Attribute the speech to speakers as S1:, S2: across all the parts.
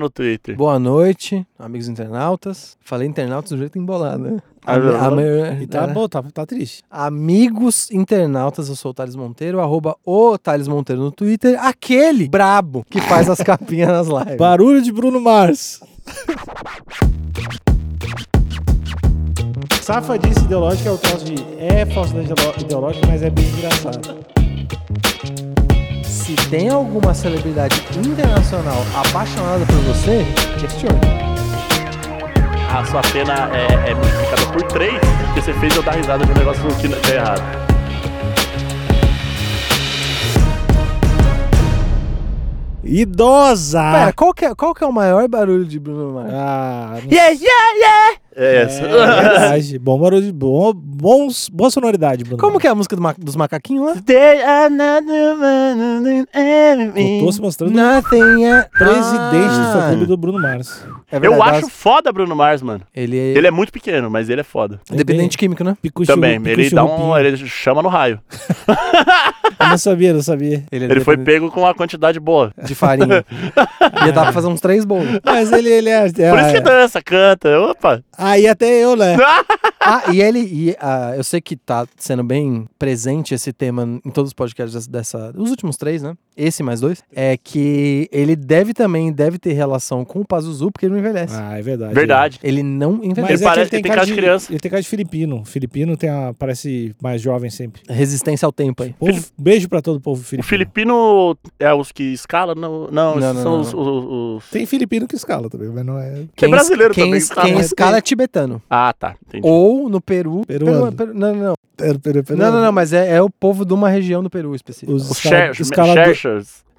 S1: no Twitter.
S2: Boa noite, amigos internautas. Falei internautas do jeito embolado, né?
S1: Ah, não.
S2: maioria-
S3: E tá
S2: era-
S3: bom, tá, tá triste.
S2: Amigos internautas, eu sou o Thales Monteiro, arroba o Thales Monteiro no Twitter, aquele brabo que faz as capinhas nas lives.
S3: Barulho de Bruno Mars. Safadice ideológica é o troço de. É falsidade ideolo- ideológica, mas é bem engraçado.
S2: Se tem alguma celebridade internacional apaixonada por você, questione.
S1: A sua pena é, é multiplicada por três, porque você fez eu dar risada de um negócio que não é errado.
S3: Idosa!
S2: Pera, qual que, é, qual que é o maior barulho de Bruno Mars?
S3: Ah, não
S1: Yeah, yeah, yeah! É essa.
S3: É verdade. Bom barulho, de- bom, bons, boa sonoridade, Bruno.
S2: Como que é a música do ma- dos macaquinhos lá?
S1: They are not the man in enemy.
S3: Eu tô se mostrando
S2: Nothing é...
S3: presidente do
S2: Ah,
S3: fã-clube do Bruno Mars.
S2: é
S1: Eu
S2: verdade,
S1: acho foda Bruno Mars, mano.
S2: Ele é,
S1: Ele é muito pequeno, mas ele é foda.
S2: dependente químico, né?
S3: Picucho,
S1: Também,
S3: picucho
S1: ele dá um.
S3: roupinha.
S1: Ele chama no raio.
S3: Eu não sabia, não sabia.
S2: é
S1: Ele foi
S2: dependente-
S1: pego com uma quantidade boa.
S2: de farinha. Ia dar pra fazer uns três bolos.
S3: Mas ele, ele é... é-
S1: Por isso que dança, canta. Opa!
S3: Aí até eu, né?
S2: Ah, e ele. E, ah, eu sei que tá sendo bem presente esse tema em todos os podcasts dessa, dessa- Os últimos três, né? Esse mais dois. É que ele deve também deve ter relação com o Pazuzu, porque ele não envelhece.
S3: Ah, é verdade.
S1: Verdade.
S2: Ele não envelhece.
S3: Mas
S1: Ele
S3: é que
S1: parece- ele tem cara de criança.
S3: Ele tem cara de filipino. Filipino tem a, parece mais jovem sempre.
S2: Resistência ao tempo
S1: é
S2: aí.
S3: Povo- um beijo pra todo o povo
S1: O
S3: filipino.
S1: filipino é os que escalam? Não, não,
S2: Não,
S1: esses
S2: não,
S1: são
S2: não.
S1: os- os- os,
S3: Tem filipino que escala também, mas não é...
S1: Que é brasileiro
S2: quem,
S1: também,
S2: es-
S1: cara.
S2: Quem escala é tibetano.
S1: Ah, tá. Entendi.
S2: Ou no Peru.
S3: Peruano.
S2: Peru- Peru- não, não, não.
S3: é pera- pera-
S2: Não, não, não, mas é, é o povo de uma região do Peru específica.
S3: Os
S1: Os
S3: escala-
S1: Sher-
S3: escalado-
S1: Shershers.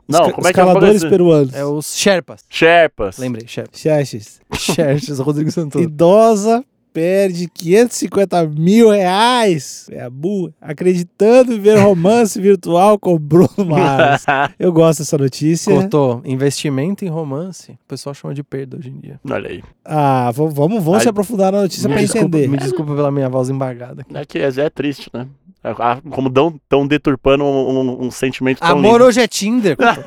S1: Não,
S3: Esca-
S1: como é que é o bagulho
S3: Escaladores
S1: assim?
S3: peruanos.
S2: É os Sherpas.
S1: Sherpas.
S2: Lembrei, Sherpas.
S3: Xerxes.
S2: Sherpas, Rodrigo Santoro.
S3: Idosa perde 550 mil reais. É a Bu, acreditando em ver romance virtual com Bruno Mars. Eu gosto dessa notícia.
S2: Cortou. Investimento em romance, o pessoal chama de perda hoje em dia.
S1: Olha aí.
S3: Ah, v- vamos, vamos
S1: Ai,
S3: se aprofundar na notícia
S2: me,
S3: pra
S2: desculpa,
S3: entender.
S2: me desculpa pela minha voz embargada. aqui.
S1: É que é, é triste, né? É, ah, Como dão, tão deturpando um, um- um sentimento tão
S2: Amor
S1: lindo.
S2: hoje é Tinder. Couto.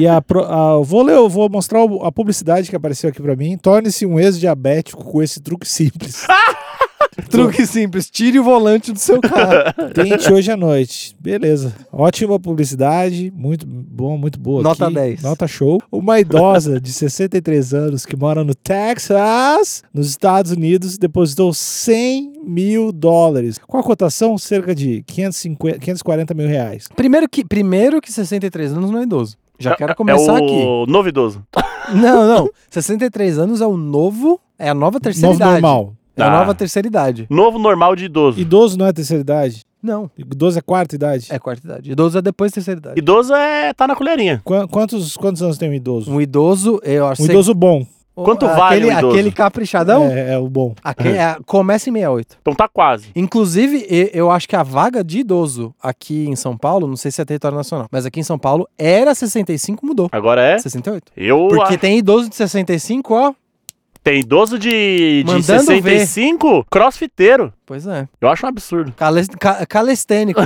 S3: E a, pro- a- eu vou ler, eu vou mostrar o- a publicidade que apareceu aqui pra mim. Torne-se um ex-diabético com esse truque simples.
S2: Truque simples, tire o volante do seu carro.
S3: Tente hoje à noite. Beleza. Ótima publicidade, muito bom, muito boa.
S2: Nota
S3: aqui.
S2: 10.
S3: Nota show. Uma idosa de 63 anos que mora no Texas, nos Estados Unidos, depositou 100 mil dólares. Com a cotação, cerca de 550, 540 mil reais.
S2: Primeiro que, primeiro que 63 anos não é idoso. Já quero
S1: É
S2: começar aqui.
S1: o novo idoso.
S2: Não, não. 63 anos é o novo, é a nova terceira
S3: Novo
S2: idade.
S3: normal.
S2: É a
S1: Tá.
S2: nova terceira idade.
S1: Novo normal de idoso.
S3: Idoso não é terceira idade?
S2: Não,
S3: Idoso é quarta idade?
S2: é quarta idade. Idoso é depois terceira idade.
S1: Idoso é tá na colherinha.
S3: Qua- Quantos, quantos anos tem um idoso?
S2: Um idoso, eu acho
S3: Um
S2: que-
S3: idoso bom.
S1: Quanto vale
S2: aquele,
S1: um idoso?
S2: Aquele caprichadão,
S3: É, é o bom.
S2: aquele, é, começa em 68.
S1: Então tá quase.
S2: Inclusive, e- eu acho que a vaga de idoso aqui em São Paulo, não sei se é território nacional, mas aqui em São Paulo era 65, mudou.
S1: Agora é.
S2: 68.
S1: Eu.
S2: Porque
S1: ah,
S2: tem idoso de 65, ó.
S1: Tem idoso de, de
S2: Mandando
S1: 65, crossfiteiro.
S2: Pois é.
S1: Eu acho um absurdo.
S2: Cales, ca- calestênico.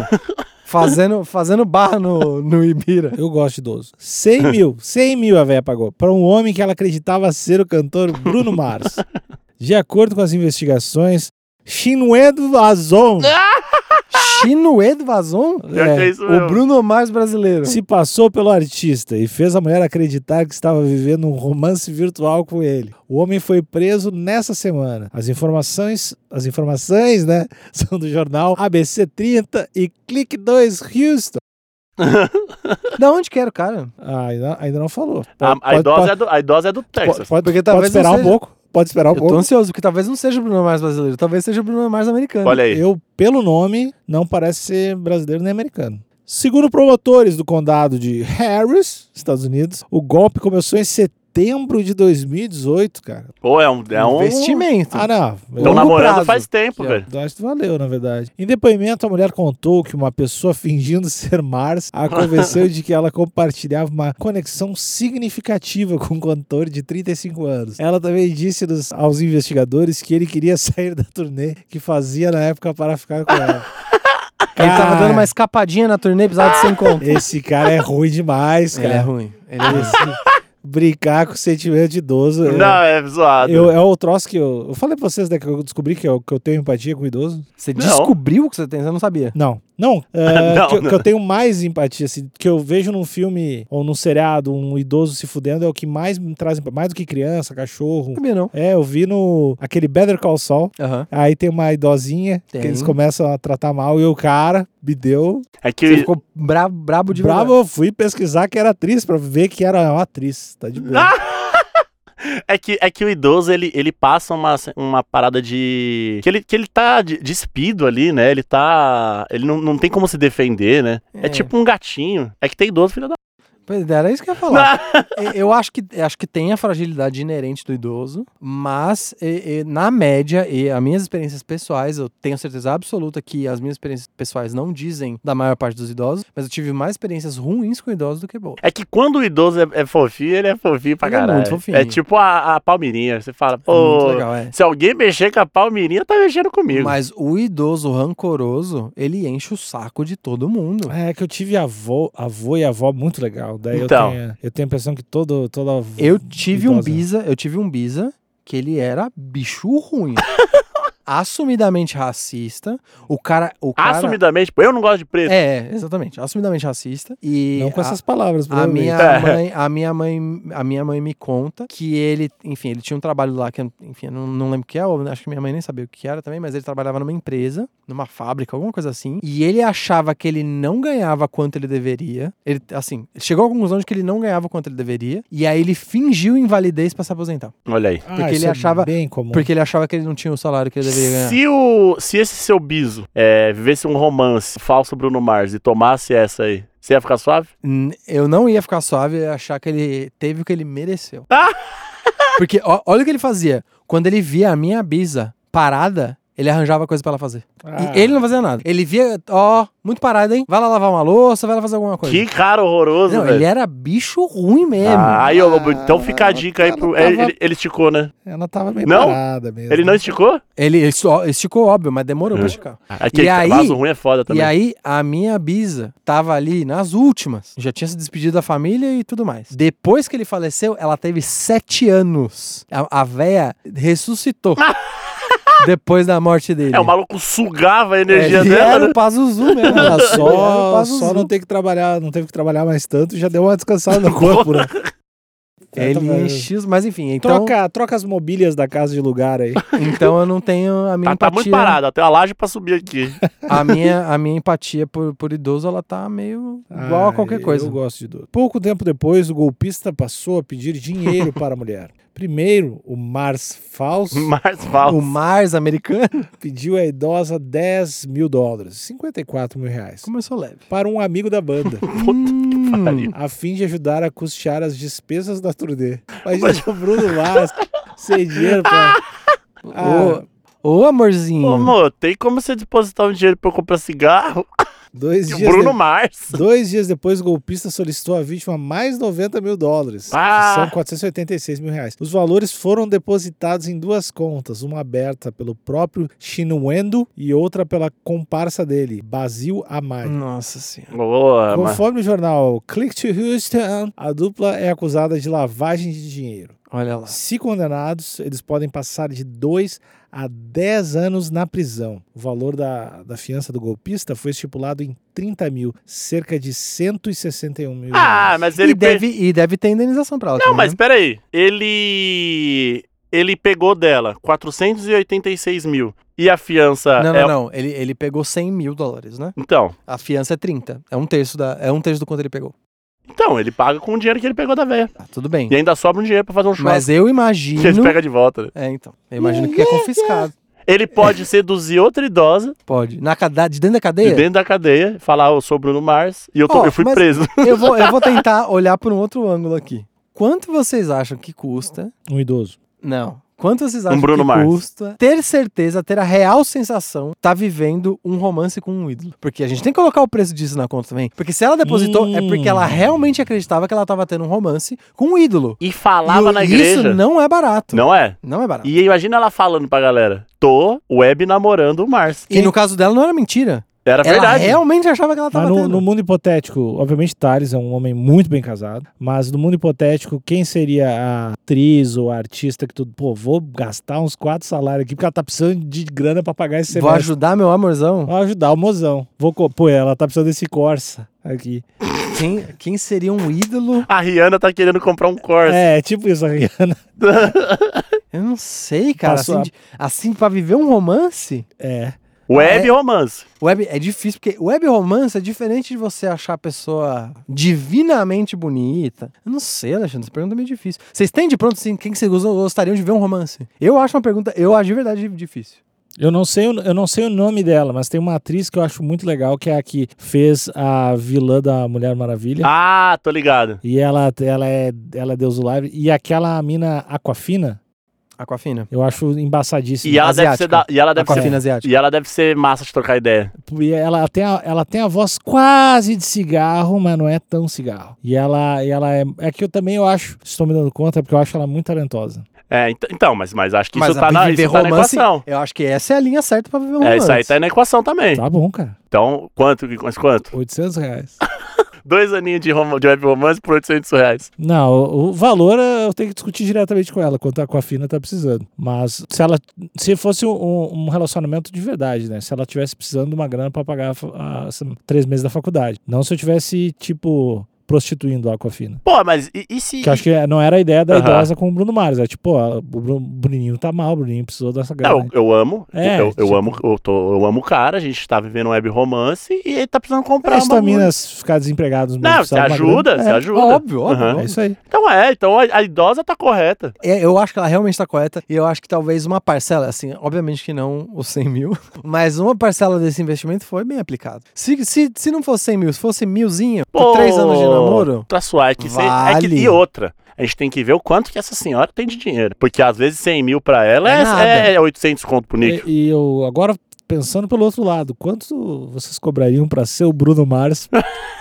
S2: fazendo, fazendo barra no, no Ibira.
S3: Eu gosto de idoso. 100 mil, 100 mil a véia pagou para um homem que ela acreditava ser o cantor Bruno Mars. De acordo com as investigações, Chinuedo Azon
S1: Ah!
S2: Chinoedo Vazon?
S1: Pior que é isso
S2: O
S1: mesmo.
S2: Bruno Mars brasileiro.
S3: se passou pelo artista e fez a mulher acreditar que estava vivendo um romance virtual com ele. O homem foi preso nessa semana. As informações, as informações, né, são do jornal ABC 30 e Clique 2 Houston.
S2: Da onde que era o cara?
S3: Ah, ainda, ainda não falou.
S1: A, a idosa
S3: pode,
S1: é do, a idosa é do
S3: pode,
S1: Texas.
S3: pode-
S2: Porque
S3: pode
S2: talvez
S3: esperar
S2: não
S3: um
S2: seja-
S3: pouco. Pode esperar um
S2: Eu tô
S3: pouco.
S2: ansioso, porque talvez não seja o Bruno Mars brasileiro, talvez seja o Bruno Mars americano.
S1: Olha aí.
S3: Eu, pelo nome, não parece ser brasileiro nem americano. Segundo promotores do condado de Harris, Estados Unidos, o golpe começou em setembro setembro de 2018, cara.
S1: Pô, é um. É um...
S2: Investimento.
S3: Ah, não.
S1: Estão
S2: Longo
S1: namorando
S2: prazo.
S1: faz tempo,
S2: Aqui, ó.
S1: velho.
S3: Eu acho que valeu, na verdade. Em depoimento, a mulher contou que uma pessoa fingindo ser Mars a convenceu de que ela compartilhava uma conexão significativa com um cantor de 35 anos. Ela também disse nos- aos investigadores que ele queria sair da turnê que fazia na época para ficar com ela.
S2: Ele tava
S3: Cara,
S2: dando uma escapadinha na turnê, precisava de ser encontro.
S3: Esse cara é ruim demais,
S2: Ele
S3: cara.
S2: é ruim. Ele é ruim.
S3: Esse- brincar com sentimento de idoso. eu-
S1: Não, é zoado.
S3: eu- é o troço que eu. Eu falei pra vocês, né? Que eu descobri que eu, que eu tenho empatia com o idoso.
S2: Você
S1: Não.
S2: descobriu o que você tem, você não sabia.
S3: Não, não. é,
S1: Não,
S3: que, eu-
S1: não.
S3: que eu tenho mais empatia, assim, que eu vejo num filme ou num seriado um idoso se fudendo é o que mais me traz empatia, mais do que criança, cachorro.
S2: Sabia não.
S3: É, eu vi no aquele Better Call Saul.
S2: Aham.
S3: Aí tem uma idosinha que
S2: Tem.
S3: eles começam a tratar mal e o cara me deu.
S1: É
S2: Você
S1: que.
S2: ficou bra- brabo Tipo, de
S3: Bravo,
S2: verdade.
S3: eu fui pesquisar que era atriz pra ver que era uma atriz. Tá de
S2: Ah!
S3: boa.
S1: É que, é que o idoso, ele, ele passa uma, uma parada de. Que ele, que ele tá de- despido ali, né? Ele tá. Ele não, não tem como se defender, né? É.
S2: É.
S1: tipo um gatinho. É que tem idoso, filho da.
S2: Pois é, era isso que eu ia falar. E- Eu acho que, eu acho que tem a fragilidade inerente do idoso, mas e- e, na média, e as minhas experiências pessoais, eu tenho certeza absoluta que as minhas experiências pessoais não dizem da maior parte dos idosos, mas eu tive mais experiências ruins com idosos do que boas.
S1: É que quando o idoso é, é fofinho, ele é fofinho pra
S2: Ele é
S1: caralho.
S2: muito fofinho.
S1: É tipo a, a palmeirinha. Você fala,
S2: É muito
S1: pô.
S2: legal, é.
S1: se alguém mexer com a palmeirinha, tá mexendo comigo.
S2: Mas o idoso rancoroso, ele enche o saco de todo mundo.
S3: É que eu tive avô, avô e avó muito legal. Daí
S1: Então.
S3: eu, tenho, eu tenho a impressão que todo, toda avó-
S2: Eu tive um
S3: idosa.
S2: bisa, eu tive um bisa que ele era bicho ruim. assumidamente racista. O cara, o cara
S1: Assumidamente, tipo, eu não gosto de preto.
S2: É, exatamente. Assumidamente racista. E
S3: Não com
S2: a-
S3: essas palavras,
S2: A
S3: provavelmente.
S2: minha,
S1: É.
S2: mãe, a, minha mãe, a minha mãe me conta que ele, enfim, ele tinha um trabalho lá que, eu- enfim, eu não, não lembro o que é, eu acho que minha mãe nem sabia o que era também, mas ele trabalhava numa empresa, numa fábrica, alguma coisa assim, e ele achava que ele não ganhava quanto ele deveria. Ele, assim, chegou à conclusão de que ele não ganhava quanto ele deveria, e aí ele fingiu invalidez pra se aposentar.
S1: Olha aí.
S3: Ah,
S2: porque
S3: isso
S2: ele
S3: é
S2: achava-
S3: Bem comum.
S2: Porque ele achava que ele não tinha o salário que ele deveria ganhar.
S1: Se, o, se esse seu biso é, vivesse um romance falso Bruno Mars e tomasse essa aí, você ia ficar suave?
S2: N- Eu não ia ficar suave e achar que ele teve o que ele mereceu.
S1: Ah!
S2: Porque ó- olha o que ele fazia. Quando ele via a minha bisa parada, ele arranjava coisa pra ela fazer.
S3: Ah.
S2: E ele não fazia nada. Ele via, ó, muito parada, hein? Vai lá lavar uma louça, vai lá fazer alguma coisa.
S1: Que cara horroroso,
S2: Não,
S1: velho.
S2: ele era bicho ruim mesmo.
S1: Ah, aí, ô, Bobo, então fica a dica aí
S3: Ela
S1: pro.
S3: tava-
S1: Ele, ele- ele esticou, né?
S3: Ela tava meio
S1: Não?
S3: parada mesmo.
S1: Ele não esticou?
S2: Ele, ele só- esticou, óbvio, mas demorou
S1: Hum.
S2: pra esticar.
S1: Aquele
S2: E aí-
S1: vaso ruim é foda
S2: E
S1: também.
S2: aí, a minha bisa tava ali nas últimas. Já tinha se despedido da família e tudo mais. Depois que ele faleceu, ela teve sete anos. A, a véia ressuscitou. depois da morte dele.
S1: É, o maluco sugava a energia
S2: Ele
S1: dela,
S2: era
S1: né?
S2: o Pazuzu
S3: Ela
S2: mesmo. Ele era o
S3: só,
S2: Pazuzu.
S3: só não tem que trabalhar, não teve que trabalhar mais tanto, já deu uma descansada no corpo, né?
S1: Tá
S2: Ele encheu... os- Mas enfim, então,
S3: troca, troca as mobílias da casa de lugar aí.
S2: então eu não tenho a minha
S1: Tá, tá muito
S2: empatia.
S1: parado, até a laje pra subir aqui.
S2: a, minha, a minha empatia por, por idoso, ela tá meio igual a
S3: Ah,
S2: qualquer coisa.
S3: Eu gosto de dor. Pouco tempo depois, o golpista passou a pedir dinheiro para a mulher. Primeiro, o Mars Falso
S1: Mas fala.
S2: O Mars americano
S3: pediu à idosa 10 mil dólares, 54 mil reais,
S2: começou leve.
S3: para um amigo da banda,
S2: Hum.
S1: pariu.
S3: a fim de ajudar a custear as despesas da turnê. Mas o Bruno Mars, sem dinheiro pra... Ah,
S2: Ô, amorzinho.
S1: Ô, amor, tem como você depositar um dinheiro pra eu comprar cigarro?
S3: dois dias
S1: Bruno
S3: de-
S1: Mars.
S3: Dois dias depois, o golpista solicitou à vítima mais 90 mil dólares,
S1: Ah!
S3: que são 486 mil reais. Os valores foram depositados em duas contas, uma aberta pelo próprio Shinuendo e outra pela comparsa dele, Basil Amai.
S1: Hum,
S2: Nossa senhora.
S1: Boa, mano.
S3: Conforme o jornal Click to Houston, a dupla é acusada de lavagem de dinheiro.
S2: Olha lá.
S3: Se condenados, eles podem passar de 2 a 10 anos na prisão. O valor da, da fiança do golpista foi estipulado em 30 mil, cerca de 161 mil.
S1: Ah,
S3: reais.
S1: mas
S2: E
S1: ele pe-
S2: deve, e deve ter indenização pra ela.
S1: Não,
S2: também,
S1: mas
S2: né?
S1: peraí. Ele. Ele pegou dela 486 mil. E a fiança.
S2: Não,
S1: é...
S2: não, não. Ele, ele pegou 100 mil dólares, né?
S1: Então.
S2: A fiança é 30. É um terço, da, é um terço do quanto ele pegou.
S1: Então, ele paga com o dinheiro que ele pegou da véia.
S2: Tá, tudo bem.
S1: E ainda sobra um dinheiro pra fazer um churrasco.
S2: Mas eu
S1: Que ele
S2: imagino.
S1: pega de volta, né?
S2: É, então. Eu imagino que é confiscado.
S1: Ele pode seduzir outra idosa
S2: Pode. Na cada... De dentro da
S1: de
S2: cadeia?
S1: dentro da cadeia, falar, eu sou Bruno Mars e eu, tô-
S2: Ó,
S1: eu fui
S2: mas-
S1: preso.
S2: Eu, vou, eu vou tentar olhar por um outro ângulo aqui. Quanto vocês acham que custa?
S3: Um idoso.
S2: Não. Quanto vocês acham
S1: Um Bruno
S2: que
S1: Mars.
S2: custa ter certeza, ter a real sensação, tá vivendo um romance com um ídolo? Porque a gente tem que colocar o preço disso na conta também. Porque se ela depositou, é porque ela
S3: Hum.
S2: realmente acreditava que ela tava tendo um romance com um ídolo.
S1: E falava
S2: E o-
S1: na
S2: e
S1: igreja.
S2: Isso não é barato.
S1: Não é?
S2: Não é barato. E,
S1: E imagina ela falando pra galera: tô web namorando o Mars.
S2: no caso dela não era mentira.
S1: Era
S2: Ela
S1: É verdade.
S2: realmente achava que ela tava
S3: Mas no,
S2: tendo.
S3: no mundo hipotético, obviamente Thales é um homem muito bem casado, mas no mundo hipotético, quem seria a atriz ou a artista que tu, pô, vou gastar uns quatro salários aqui porque ela tá precisando de grana pra pagar esse
S2: Vou
S3: semestre.
S2: ajudar meu amorzão.
S3: Vou ajudar o mozão. Vou, co- pô, ela tá precisando desse Corsa aqui.
S2: Quem, quem seria um ídolo?
S1: A Rihanna tá querendo comprar um Corsa.
S3: É, tipo isso, a Rihanna.
S2: Eu não sei, cara.
S3: Passou
S2: Assim, de- assim, pra viver um romance?
S3: É.
S1: Web romance.
S2: Web, é difícil, porque web romance é diferente de você achar a pessoa divinamente bonita. Eu não sei, Alexandre, essa pergunta é meio difícil. Vocês têm de pronto, assim, quem que vocês gostam- gostariam de ver um romance? Eu acho uma pergunta, eu acho de verdade difícil.
S3: Eu não, sei, o- eu não sei o nome dela, mas tem uma atriz que eu acho muito legal, que é a que fez a vilã da Mulher
S2: É.
S3: Maravilha.
S1: Ah, tô ligado.
S3: E ela, ela, é, ela é Deus do Live. E aquela mina Aquafina,
S2: Aquafina.
S3: eu acho embaçadíssima.
S1: E ela,
S2: asiática.
S1: deve ser da- e, ela Ah, deve
S2: Aquafina
S1: ser,
S2: asiática.
S1: e ela deve ser massa de trocar ideia.
S3: E ela tem, a, ela tem a voz quase de cigarro, mas não é tão cigarro. E ela, e ela é. É que eu também eu acho, estou me dando conta, porque eu acho ela muito talentosa.
S1: É, ent- então, mas, mas acho que
S2: Mas
S1: isso tá,
S2: pra
S1: na,
S2: viver
S1: isso tá na
S2: romance,
S1: equação.
S2: eu acho que essa é a linha certa pra viver um
S1: É,
S2: romance.
S1: isso aí tá na equação também.
S3: Tá bom, cara.
S1: Então, quanto? Mas quanto?
S3: 800 reais.
S1: Dois aninhos de, rom- de web romance por 800 reais.
S3: Não, o, o valor eh, eu tenho que discutir diretamente com ela, quanto a com a Fina tá precisando. Mas se ela. Se fosse um, um relacionamento de verdade, né? Se ela tivesse precisando de uma grana pra pagar a fa- a- essa- três meses da faculdade. Não se eu tivesse, tipo, prostituindo a Aquafina.
S1: Pô, mas e, e se.
S3: Que eu acho que não era a ideia da
S1: Aham.
S3: idosa com o Bruno Mars. É tipo, ó, o Bru- Bruninho tá mal, o Bruninho precisou dessa grana.
S1: Não, eu amo.
S3: É,
S1: eu, eu
S3: tipo-
S1: amo, eu, tô- eu amo o cara, a gente tá vivendo um web romance e ele tá precisando
S2: É,
S1: comprar
S3: Presta
S1: uma.
S2: né?
S3: minas ficar desempregado.
S1: Não, você ajuda, você ajuda.
S2: Óbvio, óbvio.
S1: Aham.
S3: É
S2: óbvio.
S3: isso aí.
S1: Então é, então a, a idosa tá correta.
S2: É, eu acho que ela realmente está correta. E eu acho que talvez uma parcela, assim, obviamente que não os 100 mil, mas uma parcela desse investimento foi bem aplicado. Se, se, se não fosse 100 mil, se fosse milzinho, por
S1: Pô,
S2: três anos de namoro,
S1: Tá suave. Que cê- é que-
S2: Vale.
S1: e outra. A gente tem que ver o quanto que essa senhora tem de dinheiro. Porque às vezes 100 mil pra ela
S2: É nada.
S1: é, é, 800 conto pro Nick.
S3: E, e eu agora pensando pelo outro lado, quanto vocês cobrariam pra ser o Bruno Mars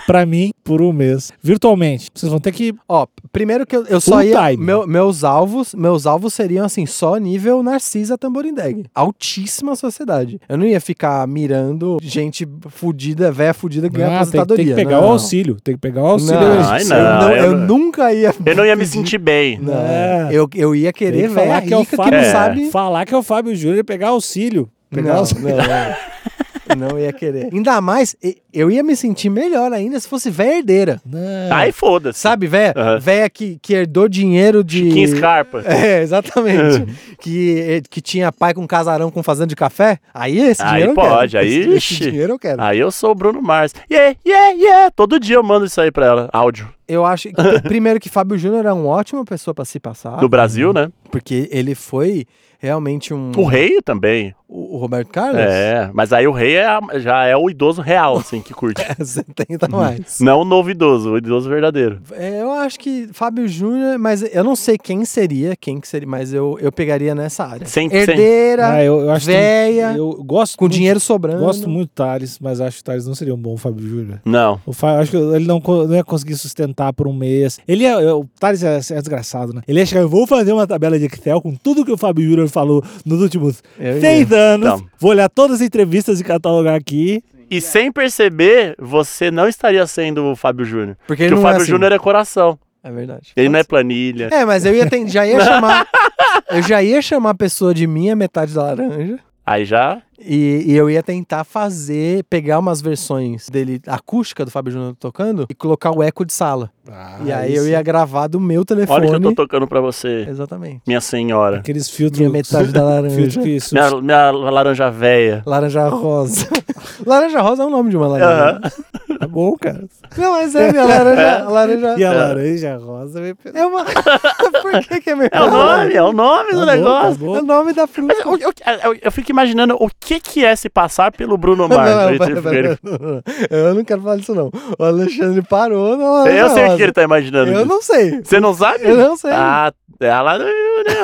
S3: pra mim por um mês, virtualmente? Vocês vão ter que
S2: ó, primeiro que eu, eu só
S3: Full
S2: ia.
S3: time.
S2: meu- meus alvos, meus alvos seriam assim, só nível Narcisa Tamborindeg. Altíssima sociedade. Eu não ia ficar mirando gente fudida, véia fudida que ganha
S3: Ah, tem, tem
S2: aposentadoria. né?
S3: que pegar
S2: não.
S3: o auxílio, tem que pegar o auxílio.
S2: Não,
S1: Ai,
S2: eu,
S1: não,
S2: não-
S1: eu
S2: eu
S1: não-
S2: nunca ia.
S1: Eu não ia me
S2: pedir-
S1: sentir bem.
S2: Não,
S3: É.
S2: eu, eu ia querer
S3: Tem que falar
S2: velha
S3: que é o
S2: rica que
S3: Fábio.
S2: não
S1: É.
S2: sabe.
S3: Falar que é o Fábio Júnior e pegar auxílio. Pegar
S2: Não,
S3: auxílio.
S2: não, não ia querer. Ainda mais, e- eu ia me sentir melhor ainda se fosse véia herdeira.
S3: Não.
S1: Aí foda-se.
S2: É. Sabe, véia?
S1: Aham.
S2: Véia que, que herdou dinheiro de...
S1: Chiquinho Scarpa.
S2: É, exatamente. que, eh, que tinha pai com casarão com fazenda de café. Aí esse
S1: Aí
S2: dinheiro eu quero.
S1: pode, aí-
S2: Esse, esse
S1: ixi. Ah.
S2: dinheiro eu quero.
S1: Aí eu sou o Bruno Mars. Yeah, yeah, yeah. Todo dia eu mando isso aí pra ela. Áudio.
S2: Eu acho, que, primeiro, que Fábio Júnior é uma ótima pessoa pra se passar.
S1: Do Brasil, né?
S2: Porque ele foi realmente um...
S1: O rei também.
S2: O, o Roberto Carlos.
S1: É. Mas aí o rei é a- já é o idoso real, assim, que curte.
S2: É. 70
S1: Uhum.
S2: mais.
S1: Não o novo idoso, o idoso verdadeiro.
S2: É, Eu acho que Fábio Júnior, mas eu não sei quem seria, quem que seria, mas eu, eu pegaria nessa área.
S1: Sem- sem-
S2: Herdeira,
S3: Ah, eu, eu acho que-
S2: véia,
S3: eu gosto
S2: com
S3: muito,
S2: dinheiro sobrando.
S3: Gosto muito do Thales, mas acho que o Thales não seria um bom Fábio Júnior.
S1: Não.
S3: O Fábio, acho que ele não, co- não ia conseguir sustentar por um mês. Ele ia, o Thales é, é desgraçado, né? Ele ia chegar, eu vou fazer uma tabela de Excel com tudo que o Fábio Júnior falou nos últimos
S2: Eu ia.
S3: seis anos.
S1: Então.
S3: Vou olhar todas as entrevistas e catalogar aqui.
S1: E sem perceber, você não estaria sendo o Fábio Júnior. Porque
S2: Porque ele
S1: o
S2: não
S1: Fábio
S2: é assim.
S1: Júnior é coração.
S2: É verdade.
S1: Ele não é planilha.
S2: É, mas eu ia ten- já ia chamar. eu já ia chamar a pessoa de minha metade da laranja.
S1: Aí já.
S2: E, e eu ia tentar fazer, pegar umas versões dele, acústica do Fábio Júnior tocando, e colocar o eco de sala. e aí eu ia gravar do meu telefone.
S1: Ah, Olha o que eu tô tocando pra você,
S2: Exatamente.
S1: minha senhora.
S3: Aqueles filtros.
S2: Minha metade da laranja.
S3: filtro que isso.
S1: Minha, minha laranja véia.
S2: Laranja Rosa. laranja Rosa é o nome de uma laranja.
S1: Aham.
S3: Tá bom, cara.
S2: Não, mas é, minha laranja, a laranja.
S3: E a laranja rosa veio pelo-
S2: É uma. Por que, que é meu?
S1: É o nome, é o nome do
S3: Tá bom,
S1: negócio.
S3: tá
S2: É
S3: bom.
S2: o nome da fruta.
S1: Mas eu, eu- eu- eu fico imaginando o que que é se passar pelo Bruno
S2: Não,
S1: Mars.
S2: não,
S1: Ele-
S2: pera,
S1: ele-
S2: pera, não, não, não. Eu não quero falar disso, não. O Alexandre parou na laranja
S1: eu sei o
S2: rosa.
S1: que ele tá imaginando.
S2: Eu
S1: disso.
S2: não sei.
S1: Você não sabe?
S2: Eu não sei.
S1: Ah, é lá do né,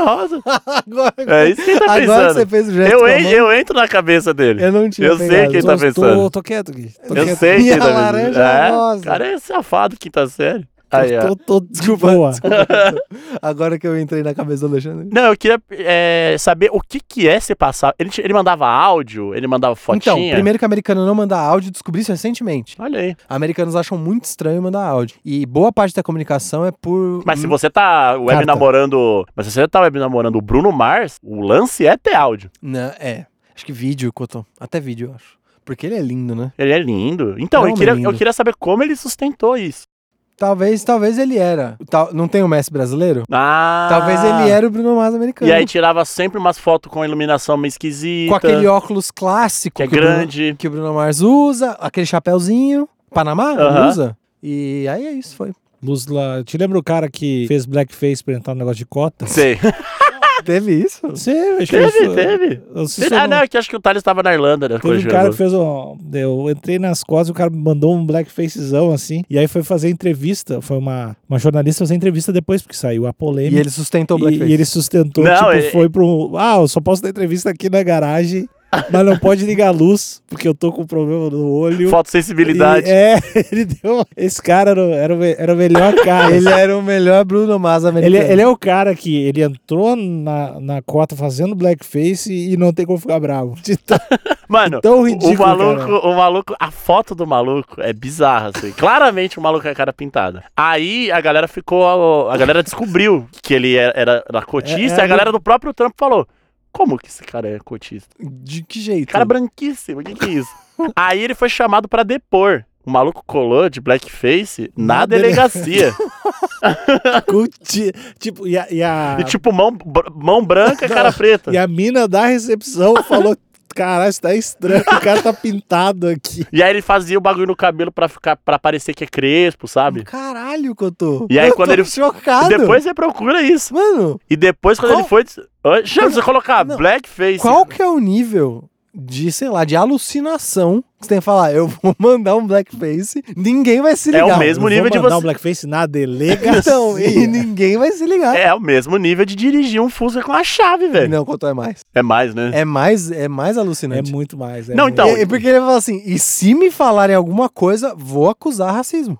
S1: Rosa.
S2: Agora,
S1: É isso que ele tá
S2: agora que
S1: pensando.
S2: você fez o gesto
S1: eu,
S2: com a
S1: en-
S2: mão,
S1: eu entro na cabeça dele.
S2: eu não tinha
S1: eu sei
S2: pegado.
S1: que ele
S3: Tô-
S1: tá
S3: Tô,
S1: pensando.
S3: tô quieto aqui. Tô
S1: Eu,
S3: quieto.
S1: sei que
S2: minha
S1: ele tá pensando.
S2: laranja
S1: é,
S2: rosa. Tá
S1: cara é safado quinta série. Aí, ó.
S3: Tô, tô, tô
S2: Desculpa,
S3: desculpa. Boa.
S2: Agora que eu entrei na cabeça do Alexandre.
S1: Não, eu queria é, saber o que que é se passar. Ele, te- ele mandava áudio, ele mandava fotinha.
S2: Então, primeiro que o americano não manda áudio, descobri isso recentemente.
S1: Olha aí.
S2: Americanos acham muito estranho mandar áudio. E boa parte da comunicação é por.
S1: Mas se você tá web
S3: Carta.
S1: namorando. Mas se você tá web namorando o Bruno Mars, o lance é ter áudio.
S2: Não, é. Acho que vídeo, Cotô. Até vídeo, eu acho. Porque ele é lindo, né?
S1: Ele é lindo. Então,
S2: É um
S1: eu queria,
S2: lindo.
S1: eu queria saber como ele sustentou isso.
S2: Talvez, talvez ele era. Tal- não tem o Messi brasileiro?
S1: Ah.
S2: Talvez ele era o Bruno Mars americano.
S1: E aí tirava sempre umas fotos com iluminação meio esquisita.
S2: com aquele óculos clássico
S1: que é
S2: o Bruno-
S1: grande.
S2: que o Bruno Mars usa, aquele chapéuzinho. Panamá?
S1: Aham.
S2: Usa. E aí é isso, foi.
S3: Luz lá. Te lembra o cara que fez blackface pra entrar no negócio de cota?
S1: Sei.
S2: Teve isso.
S3: Você acho que
S1: teve,
S3: isso-
S1: teve.
S3: Eu, se
S1: Teve-
S3: você
S1: Ah, não,
S3: não,
S1: é que acho que o Thales tava na Irlanda, né?
S3: teve um
S1: quando
S3: cara que
S1: jogou.
S3: fez um. Eu entrei nas costas e o cara me mandou um blackfacezão assim. E aí foi fazer entrevista. Foi uma, uma jornalista fazer entrevista depois, porque saiu a polêmica.
S2: E ele sustentou o
S3: E-
S2: Blackface.
S3: E, ele sustentou,
S1: Não,
S3: tipo,
S1: ele-
S3: foi pro. Ah, eu só posso dar entrevista aqui na garagem, mas não pode ligar a luz, porque eu tô com problema no olho.
S1: Fotossensibilidade.
S3: E- é, ele deu. Esse cara era, o- era, o me- era o melhor cara.
S2: Ele era o melhor Bruno Mars
S3: Ele,
S2: americano.
S3: ele é o cara que ele entrou na, na cota fazendo blackface e não tem como ficar bravo. De tão-
S1: Mano,
S3: tão ridículo,
S1: o maluco, o maluco, a foto do maluco é bizarra, assim. Claramente o maluco é a cara pintada. Aí a galera ficou, a galera descobriu que ele era, era, era
S3: É-
S1: cotista,
S3: é
S1: e a galera do próprio Trump falou: "Como que esse cara é cotista?"
S2: De que jeito?
S1: Cara branquíssimo, o que que é isso? Aí ele foi chamado pra depor. O maluco colou de blackface na,
S3: Na dele-
S1: delegacia.
S3: com ti- tipo, e a, e, a,
S1: E tipo, mão, br- mão branca, cara preta.
S3: e a mina da recepção falou: caralho, isso tá estranho, o cara tá pintado aqui.
S1: E aí ele fazia o bagulho no cabelo pra ficar para parecer que é crespo, sabe?
S2: Caralho, Cotô.
S1: E aí,
S2: Eu
S1: quando
S2: tô
S1: ele-
S2: chocado.
S1: E depois você procura isso.
S2: Mano,
S1: E depois, quando
S2: Qual-
S1: ele foi. des- Oi, Chama, você colocar
S2: Não.
S1: blackface.
S2: qual que é o nível de, sei lá, de alucinação que você tem que falar, eu vou mandar um Blackface, ninguém vai se
S1: É
S2: ligar.
S1: o mesmo assim.
S3: eu vou
S1: nível de
S3: mandar
S1: você-
S3: um blackface na delegacia.
S2: Então, e ninguém vai se ligar.
S1: É o mesmo nível de dirigir um Fusca com a chave, velho.
S2: Não, Cotô, é mais.
S1: É mais, né?
S2: É mais, é mais
S3: É
S2: alucinante.
S3: muito mais. é
S1: Não,
S3: muito-
S1: então,
S2: E- e porque ele fala assim, e se me falarem alguma coisa, vou acusar racismo.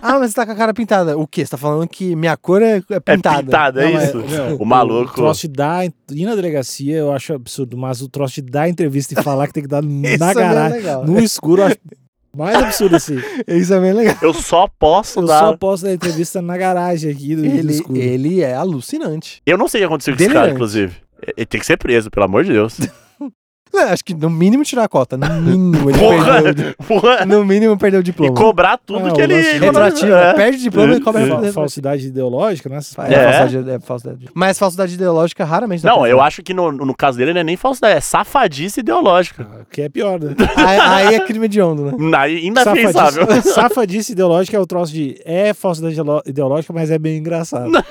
S2: ah, mas você tá com a cara pintada. O quê? Você tá falando que minha cor é, é
S1: É
S2: pintada.
S1: pintado, é
S3: Não, mas,
S1: isso.
S3: meu,
S1: o maluco.
S3: O troço de dar, ir na delegacia eu acho absurdo, mas o troço de dar entrevista e falar que tem que dar
S2: Isso
S3: na
S2: é bem
S3: garagem,
S2: legal.
S3: no escuro, eu acho mais absurdo assim.
S2: Isso é bem legal.
S1: Eu só posso
S3: Eu
S1: dar.
S3: só posso dar entrevista na garagem aqui do, do
S2: Ele,
S3: escuro.
S2: ele é alucinante.
S1: Eu não sei o que aconteceu com esse cara,
S2: Delirante.
S1: inclusive. É- Ele tem que ser preso, pelo amor de Deus.
S2: É, acho que no mínimo tirar a cota. No mínimo ele
S1: Porra!
S2: perdeu. o di-
S1: Porra!
S2: No mínimo perdeu o
S1: E
S2: diploma.
S1: cobrar tudo
S3: Ah,
S1: que
S3: o
S1: ele.
S3: lance de-
S2: Retroativo. né?
S1: É.
S2: Perde o diploma e cobra.
S3: Fa-
S2: É,
S3: falsidade ideológica, né?
S1: É.
S2: falsidade, é falsidade. Mas falsidade ideológica raramente. dá
S1: Não,
S2: pra
S1: eu
S2: fazer.
S1: acho que no, no caso dele não é nem falsidade, é safadice ideológica.
S3: O que é pior, né?
S2: Aí, aí é crime de onda, né?
S1: Aí ainda é pensável.
S3: Safadice, safadice ideológica é o troço de. É falsidade ideolo- ideológica, mas é bem engraçado.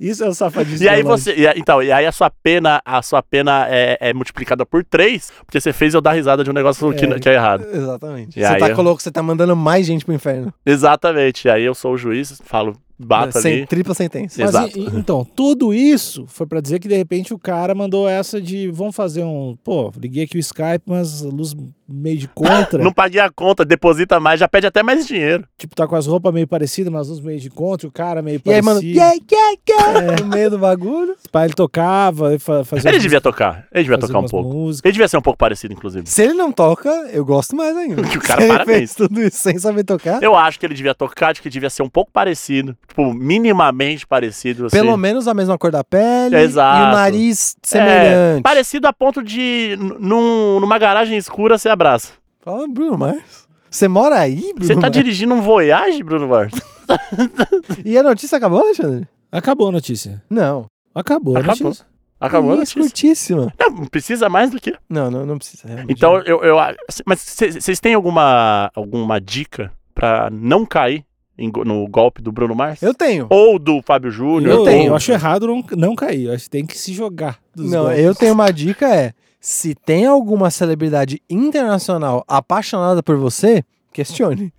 S3: Isso é o safadice
S1: E aí
S3: ideológica.
S1: você. e aí- então, e aí a sua pena, a sua pena é, é multiplicada por três, porque você fez eu dar risada de um negócio que,
S3: É.
S1: que é errado.
S2: Exatamente.
S1: E
S2: você
S1: aí
S2: tá
S1: eu-
S2: colocando, você tá mandando mais gente pro inferno.
S1: Exatamente. E aí eu sou o juiz, falo, bato
S2: É, Sem
S1: ali.
S2: tripla sentença.
S3: Mas,
S1: Exato.
S3: e- e- então, tudo isso foi pra dizer que de repente o cara mandou essa de vamos fazer um. Pô, liguei aqui o Skype, mas a luz meio de contra.
S1: Não paguei a conta, deposita mais, já pede até mais dinheiro.
S3: Tipo, tá com as roupas meio parecidas, mas a luz meio de contra, e o cara meio
S2: E aí,
S3: parecido.
S2: mano, yeah, yeah, yeah, É, no meio do bagulho.
S3: Pá, ele tocava, ele fa- fazia.
S1: Ele
S3: umas-
S1: devia tocar. Ele devia
S3: fazia
S1: tocar um
S3: umas
S1: pouco.
S3: músicas.
S1: Ele devia ser um pouco parecido, inclusive.
S2: Se ele não toca, eu gosto mais ainda.
S1: Que o cara,
S2: Se ele
S1: parabéns.
S2: fez tudo isso sem saber tocar.
S1: Eu acho que ele devia tocar, acho que devia ser um pouco parecido. Tipo, minimamente parecido, assim.
S2: Pelo menos a mesma cor da pele e o
S1: Exato.
S2: nariz
S1: É,
S2: semelhante.
S1: parecido a ponto de, n- num- numa garagem escura, você abraça.
S2: Fala, Bruno Mars. Você mora aí, Bruno
S1: Você tá
S2: Mars?
S1: dirigindo um Voyage, Bruno Mars?
S2: E a notícia acabou, Alexandre?
S3: Acabou a notícia.
S2: Não.
S3: Acabou, a
S1: Acabou.
S3: notícia.
S1: Acabou a notícia.
S2: curtíssima.
S1: Não, precisa mais do que.
S2: Não, não, não precisa. realmente.
S1: Então, eu. eu a- mas vocês têm alguma, alguma dica pra não cair em go- no golpe do Bruno Mars?
S2: Eu tenho.
S1: Ou do Fábio Júnior?
S2: Eu
S1: ou-
S2: tenho.
S3: Eu acho errado não, não cair. Eu acho que tem que se jogar. dos
S2: Não,
S3: golpes.
S2: eu tenho uma dica é, se tem alguma celebridade internacional apaixonada por você, questione.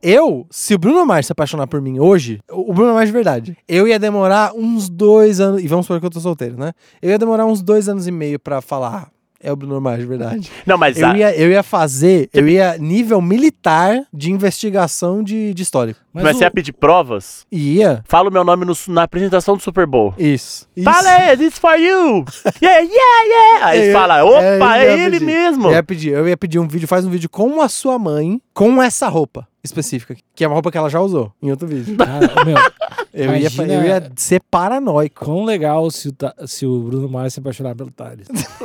S2: Eu, se o Bruno Mars se apaixonar por mim hoje, o Bruno Mars de verdade, eu ia demorar uns dois anos, e vamos supor que eu tô solteiro, né? Eu ia demorar uns dois anos e meio pra falar, ah, é o Bruno Mars de verdade.
S1: Não, mas. a-
S2: Eu ia, eu ia fazer, eu ia nível militar de investigação de, de histórico.
S1: Mas, você ia pedir provas?
S2: Ia,
S1: Fala o meu nome no, na apresentação do Super Bowl.
S2: isso. isso.
S1: Fala, this for you! Yeah, yeah, yeah! Aí
S2: É,
S1: fala,
S2: é,
S1: opa,
S2: eu
S1: é,
S2: ia
S1: ele
S2: pedir.
S1: mesmo!
S2: Eu ia pedir, eu ia pedir um vídeo, faz um vídeo com a sua mãe, com essa roupa específica, que é uma roupa que ela já usou em outro vídeo.
S3: Cara, meu,
S2: Eu, ia,
S3: Imagina-
S2: eu ia ser paranoico.
S3: quão legal se o, Ta- se o Bruno Mars se apaixonar pelo Thales.
S2: tipo,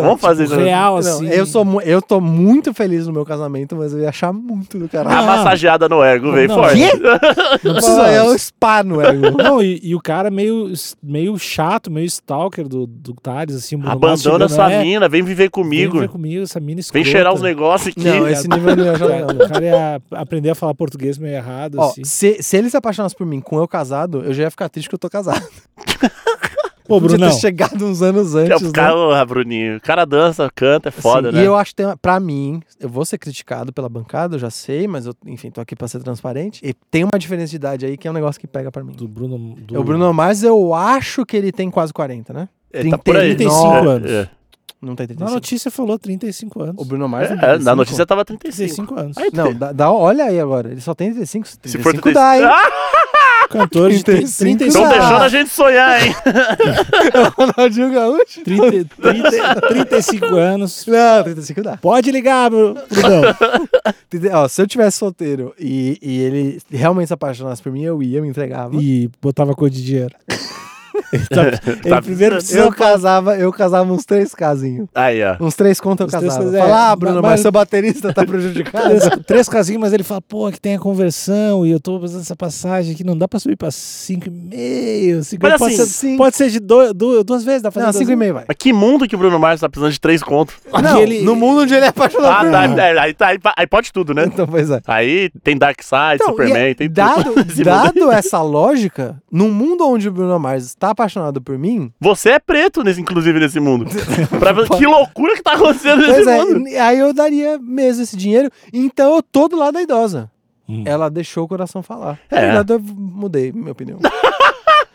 S1: Vamos fazer isso.
S3: Real,
S2: Não,
S3: assim.
S2: eu, sou, mu- eu tô muito feliz no meu casamento, mas eu ia achar muito do
S1: A
S2: caralho.
S1: massageada Tá no ego, veio
S3: Não,
S1: forte.
S3: Não
S2: Pô,
S3: precisa.
S2: é o spa no ego.
S3: Não, e, e o cara meio, meio chato, meio stalker do, do Thales, assim. o Bruno Mars
S1: Abandona
S3: chegando,
S1: sua
S3: "É,
S1: mina, vem viver comigo.
S3: Vem
S1: Vem,
S3: ver comigo, essa mina escrota.
S1: cheirar os negócios aqui.
S2: Não, é esse nível não ia achar legal, não.
S3: O cara ia aprender a falar português meio errado,
S2: Ó,
S3: assim.
S2: se, se ele se apaixonasse por mim com eu casado, eu já ia ficar triste que eu tô casado.
S3: Pô,
S2: Podia
S3: Brunão,
S2: ter chegado uns anos
S1: É,
S2: antes,
S1: o
S2: né?
S1: cara, ô, Bruninho, o cara dança, canta, é foda,
S2: Assim,
S1: né?
S2: E eu acho que tem, pra mim, eu vou ser criticado pela bancada, eu já sei, mas eu, enfim, tô aqui pra ser transparente. E tem uma diferença de idade aí que é um negócio que pega pra mim.
S3: do Bruno... Do...
S2: O Bruno Mars, eu acho que ele tem quase 40, né?
S1: É, tá por aí.
S3: 35
S1: É,
S3: anos.
S1: é.
S2: Não tem
S3: Na
S2: 35.
S3: notícia falou 35 anos.
S2: O Bruno Mars tem
S1: É, na
S2: 35.
S1: notícia tava 35.
S3: 35 anos.
S2: Não, dá, dá- olha aí agora. Ele só tem 35. 35
S1: Se for 35.
S2: dá, hein?
S1: Ah,
S3: Cantor de
S2: 35
S3: 35
S1: não
S2: Ah!
S1: deixando a gente sonhar, hein?
S2: Ronaldinho Gaúcho.
S3: 30, 30, 35 anos. Ah,
S2: Não, 35 dá.
S3: Pode ligar, Bru- Brunão.
S2: Entendeu? Ó, se eu tivesse solteiro e, e ele realmente se apaixonasse por mim, eu ia, me entregava.
S3: E botava cor de dinheiro. Ele, tá- ele
S1: Tá
S3: primeiro
S1: precisando.
S3: precisa...
S2: eu casava, eu casava uns três casinhos.
S1: Aí, ó.
S2: Uns três contas
S3: Uns
S2: eu
S3: três
S2: casava.
S3: casinhos, é.
S2: Fala, ah, Bruno,
S3: Mas-
S2: mas seu baterista tá prejudicado.
S3: Três, três casinhas, mas ele fala, pô, aqui tem a conversão e eu tô fazendo essa passagem aqui, não dá pra subir pra 5,5. cinco-
S1: Mas
S3: Pode
S1: assim,
S3: ser
S2: Sim.
S3: Pode ser de do- du- duas vezes, dá pra fazer
S2: Não,
S3: duas
S2: 5 e
S3: vezes.
S2: meio vai.
S1: Mas que mundo que o Bruno Mars tá precisando de três contos.
S2: Não,
S3: ele-
S2: no mundo onde ele é apaixonado
S1: Ah,
S2: por
S1: tá,
S2: mim.
S1: é, aí, tá, aí, pa- aí pode tudo, né?
S2: Então, pois é.
S1: Aí tem Dark Side,
S2: Então,
S1: Superman,
S2: e é-
S1: tem tudo.
S2: dado,
S1: Esse mundo
S2: dado essa lógica, num mundo onde o Bruno Mars está apaixonado por mim,
S1: Você é preto, nesse, inclusive, nesse mundo. Pra ver que loucura que tá acontecendo nesse
S2: pois é,
S1: mundo.
S2: e- aí eu daria mesmo esse dinheiro. Então eu tô do lado da idosa.
S3: Hum.
S2: Ela deixou o coração falar.
S1: É.
S2: Na verdade, eu mudei minha opinião.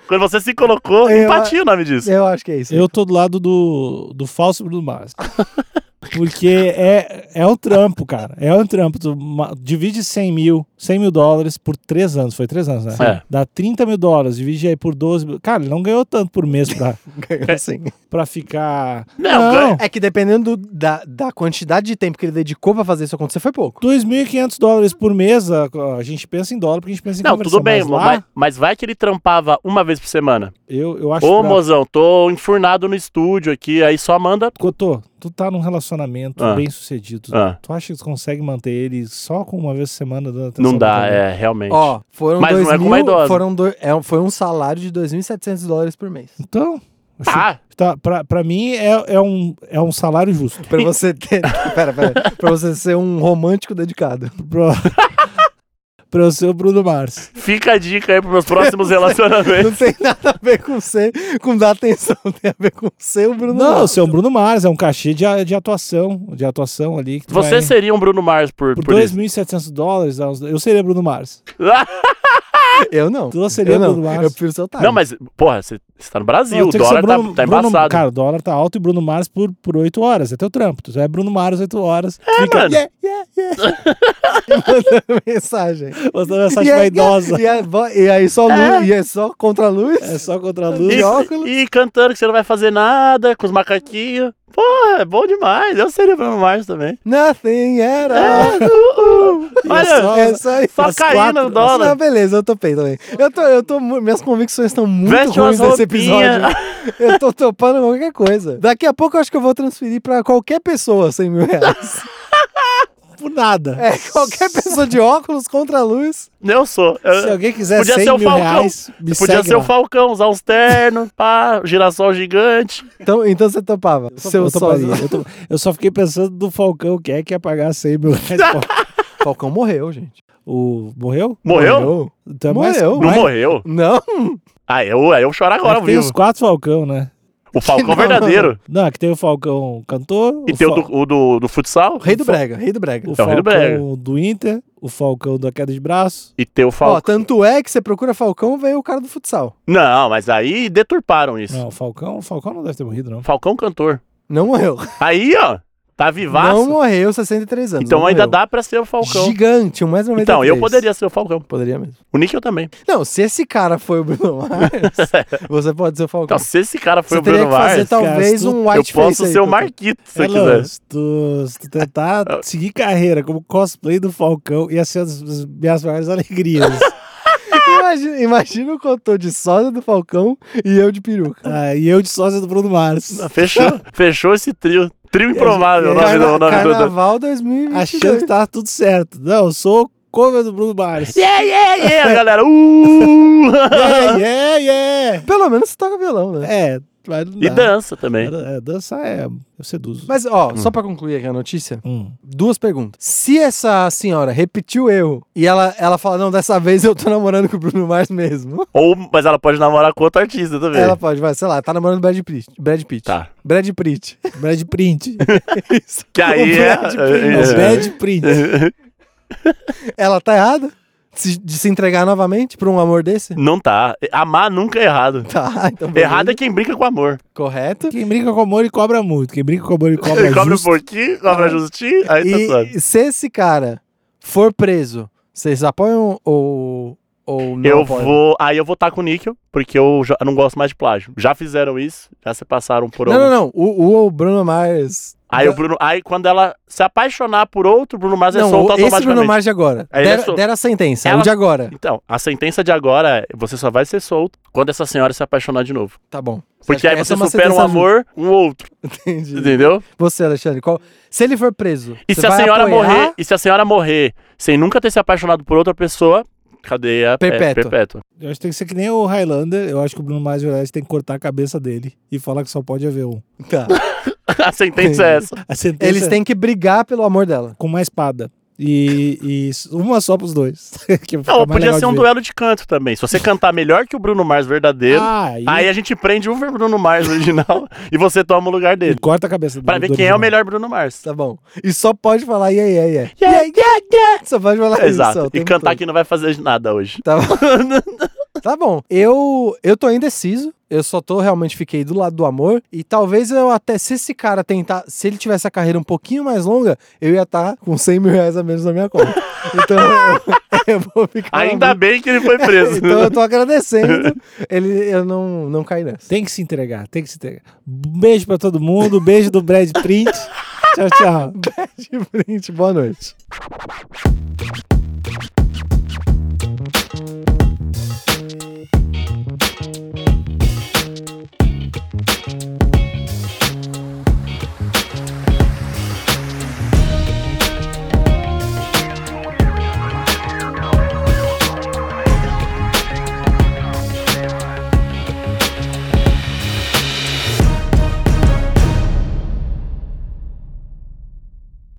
S1: Quando você se colocou,
S2: Eu-
S1: empatia o nome disso.
S2: eu acho que é isso.
S3: Eu tô do lado do, do falso Bruno Mars. Porque é, é um trampo, cara. É um trampo. Tu ma- divide 100 mil, 100 mil dólares por 3 anos. Foi 3 anos, né?
S1: É.
S3: Dá 30 mil dólares, divide aí por 12 mil. Cara, ele não ganhou tanto por mês pra,
S1: É.
S2: Ganhou assim.
S3: pra ficar.
S1: Não, ganha-
S2: É que dependendo do- da, da quantidade de tempo que ele dedicou pra fazer isso acontecer, foi pouco.
S3: 2.500 dólares por mês, a, a gente pensa em dólar, porque a gente pensa em
S1: Não,
S3: conversão.
S1: tudo bem,
S3: mas lá,
S1: mas, mas vai que ele trampava uma vez por semana.
S3: Eu, eu acho
S1: Ô,
S3: pra-
S1: mozão, tô enfurnado no estúdio aqui, aí só manda.
S3: Cotô, tu tá num relacionamento
S1: Ah.
S3: bem sucedido.
S1: Ah,
S3: Tu acha que tu consegue manter ele só com uma vez por semana dando atenção?
S1: não dá,
S3: pra ele?
S1: é, realmente.
S2: Ó, foram
S1: Mas não
S2: dois
S1: é com uma
S2: mil-
S1: idosa.
S2: foram do- é, foi um salário de 2.700 dólares por mês.
S3: Então, acho-
S1: tá,
S3: tá, pra, pra mim é, é, um, é um salário justo.
S2: Pra você ter. pera, pera. Pra você ser um romântico dedicado.
S3: Pro... pra eu ser o Bruno Mars.
S1: fica a dica aí pros meus próximos relacionamentos.
S2: Não tem nada a ver com ser, com dar atenção, tem a ver com ser o Bruno.
S3: Não,
S2: Mars.
S3: ser o Bruno Mars, é um cachê de, a- de atuação, de atuação ali. Que tu
S1: Você
S3: vai-
S1: seria um Bruno Mars por,
S3: Por
S1: por isso. Ah,
S3: 2.700 dólares, dá uns- eu seria Bruno Mars.
S2: Eu não.
S3: Tu seria
S2: eu não.
S3: Bruno Mars.
S2: Eu prefiro ser otário.
S1: Não, mas, porra, você você tá no Brasil,
S3: Não,
S1: o
S3: tem que ser
S1: dólar tá-
S3: Bruno-
S1: tá
S3: Bruno-
S1: embaçado.
S3: Cara, o dólar tá alto e Bruno Mars por, por 8 horas. É teu trampo. Tu é Bruno Mars 8 horas. É, fica,
S1: mano.
S3: Yeah, yeah, yeah.
S2: Manda mensagem.
S3: Mostrando essa
S2: E aí-
S3: vaidosa.
S2: E, aí- vo- e aí só luz,
S1: É.
S2: e é só contra a luz.
S3: É só contra a
S1: E-
S3: luz.
S2: de óculos.
S1: E, cantando que você não vai fazer nada, com os macaquinhos. Porra, é bom demais. Eu seria Bruno Mars também.
S2: Nothing era.
S1: É, uh, uh. Olha,
S3: Ah. só-
S2: É só isso.
S1: só
S3: as
S1: caindo
S3: quatro-
S1: o dólar.
S2: Não, beleza, eu topei também. Eu tô, eu tô, mu- minhas convicções estão muito
S1: Veste umas
S2: ruins nesse episódio.
S1: roupinhas.
S2: Eu tô topando qualquer coisa. Daqui a pouco eu acho que eu vou transferir pra qualquer pessoa 100 mil reais.
S3: por nada.
S2: É, qualquer pessoa de óculos contra a luz.
S1: Eu sou. Eu-
S3: Se alguém quiser
S1: Podia
S3: 100
S1: ser o
S3: mil
S1: Falcão.
S3: reais, me
S1: podia
S3: segue
S1: ser o
S3: lá.
S1: Falcão, usar uns ternos, pá, girassol gigante.
S2: Então, então você topava. Seu
S3: eu,
S2: sozinho.
S3: toparia, eu, to- eu só fiquei pensando do Falcão, quem é que ia pagar 100 mil reais? pra-
S2: Falcão morreu, gente.
S3: o, morreu?
S1: Morreu?
S3: Então é
S2: Morreu.
S3: Mais,
S1: Não
S3: mais-
S1: morreu.
S2: Não.
S1: Ah, eu, aí eu choro agora,
S3: é
S1: ao
S3: que tem os
S1: vivo.
S3: quatro Falcão, né?
S1: O Falcão
S2: Não.
S1: verdadeiro.
S3: Não, é que tem o Falcão cantor.
S1: E tem o
S3: Fal-
S1: do, o do, do futsal.
S2: O rei do brega, rei do brega.
S3: o
S1: é o Rio do
S3: Falcão do Inter, o Falcão da queda de braço.
S1: E tem o
S2: Ó,
S1: Falcão.
S2: tanto é que você procura Falcão, veio o cara do futsal.
S1: Não, mas aí deturparam isso.
S3: Não, o Falcão, o Falcão não deve ter morrido, não.
S1: Falcão cantor.
S2: Não morreu.
S1: Aí, ó, tá
S2: Não
S1: vivaço.
S2: morreu, 63 anos.
S1: então
S2: não
S1: ainda
S2: morreu.
S1: dá pra ser o Falcão.
S2: Gigante, é 1,93m.
S1: Então, eu poderia ser o Falcão.
S2: Poderia mesmo.
S1: O Níquel também.
S2: Não, se esse cara foi o Bruno Mars, você pode ser o Falcão.
S1: Então, se esse cara foi
S2: você
S1: o
S2: teria
S1: Bruno
S2: que fazer
S1: Mars,
S2: talvez
S3: cara,
S2: um
S1: eu
S2: white
S1: posso ser o Marquito, se
S2: É
S1: você
S3: Elon,
S1: quiser.
S3: É
S1: É.
S3: se tu, se tu tentar seguir carreira como cosplay do Falcão, ia ser as, as minhas maiores alegrias.
S2: Imagina, imagina o contor de soda do Falcão e eu de peruca.
S3: Ah, e eu de sósia do Bruno Mars.
S1: Fechou, fechou esse trio. Trio improvável, Ah, o
S3: Não,
S1: nome do.
S2: Carna-
S1: o Nome do, do...
S2: Carnaval 2022.
S3: Achando que tava tá tudo certo. Não, eu sou cover do Bruno Mars.
S1: Yeah, yeah, yeah, galera. Uh!
S3: yeah, É, yeah, yeah.
S2: Pelo menos você toca violão, né?
S3: É, mas não
S1: e
S3: dá.
S1: dança também.
S3: É, dançar é. Eu seduzo.
S2: Mas, ó,
S1: Hum.
S2: só pra concluir aqui a notícia,
S3: Hum.
S2: duas perguntas. Se essa senhora repetiu o erro e ela, ela fala, não, dessa vez eu tô namorando com o Bruno Mars mesmo,
S1: Ou, mas ela pode namorar com outro artista também.
S2: ela pode, vai, sei lá, tá namorando o Brad Pitt. Brad Pitt.
S1: É. Tá.
S2: Brad Pitt.
S3: Brad Print.
S2: Isso.
S1: Que aí
S2: O
S1: é-
S2: Brad
S3: É
S2: Pitt.
S3: o Brad Print.
S2: Ela tá errada? Se- De se entregar novamente pra um amor desse?
S1: Não tá. Amar nunca é errado.
S2: Tá, então beleza.
S1: Errado é quem brinca com amor.
S2: Correto.
S3: Quem brinca com amor, ele cobra muito. Quem brinca com amor, ele cobra
S1: Ele cobra um
S3: justo.
S1: pouquinho, cobra justinho, aí tá suave.
S2: É. E se esse cara for preso, vocês apoiam ou, ou não
S1: Eu
S2: apoiam?
S1: vou. Aí eu vou estar com o níquel, porque eu já eu não gosto mais de plágio. Já fizeram isso, já se passaram por
S2: Não,
S1: algum-
S2: não, não. O, o Bruno Mars.
S1: Aí o Bruno. Aí quando ela se apaixonar por outro, o Bruno Mars é
S2: não,
S1: solto
S2: o- esse
S1: automaticamente.
S2: Bruno Mars de agora.
S1: Aí ele é
S2: Deram,
S1: solto.
S2: deram a sentença,
S1: Ela-
S2: o de agora.
S1: Então, a sentença de agora é você só vai ser solto quando essa senhora se apaixonar de novo.
S2: Tá bom.
S1: Porque
S2: acha
S1: aí
S2: que essa
S1: você
S2: é uma
S1: supera um
S2: sentença
S1: amor, um outro,
S2: justa? Entendi.
S1: entendeu?
S2: Você, Alexandre, qual... se ele for preso.
S1: E
S2: você
S1: se a
S2: vai
S1: senhora
S2: apoiar?
S1: morrer, e se a senhora morrer sem nunca ter se apaixonado por outra pessoa, cadeia é
S2: Perpétua.
S1: perpétua.
S3: Eu acho que tem que ser que nem o Highlander. Eu acho que o Bruno Mars de verdade tem que cortar a cabeça dele e falar que só pode haver um.
S2: Tá.
S1: A sentença é essa.
S3: A sentença
S2: Eles têm que brigar pelo amor dela.
S3: com uma espada. E, e s- uma só pros dois. que fica
S1: Não,
S3: mais
S1: podia
S3: legal
S1: ser
S3: de
S1: um
S3: ver.
S1: duelo de canto também. Se você cantar melhor que o Bruno Mars verdadeiro,
S3: Ah, e,
S1: aí a gente prende o Bruno Mars original e você toma o lugar
S3: e
S1: dele.
S3: corta a cabeça
S1: é Pra
S3: do,
S1: ver
S3: do
S1: quem é o
S3: Bruno
S1: melhor Bruno Mars.
S2: Tá bom. E só pode falar yeah, yeah, yeah.
S1: Yeah,
S2: Só pode falar isso. ó,
S1: Exato.
S2: o
S1: E
S2: tempo
S1: cantar
S2: todo.
S1: que não vai fazer nada hoje.
S2: Tá bom. tá bom. Eu, eu tô indeciso. Eu só tô realmente fiquei do lado do amor. E talvez eu até, se esse cara tentar, se ele tivesse a carreira um pouquinho mais longa, eu ia estar com 100 mil reais a menos na minha conta. Então eu, eu vou ficar.
S1: Ainda bem que ele foi preso.
S2: Então eu tô agradecendo. Ele, eu não, não caí nessa.
S3: Tem que se entregar, tem que se entregar. Beijo pra todo mundo, beijo do Brad Print. tchau, tchau.
S2: De frente, boa noite.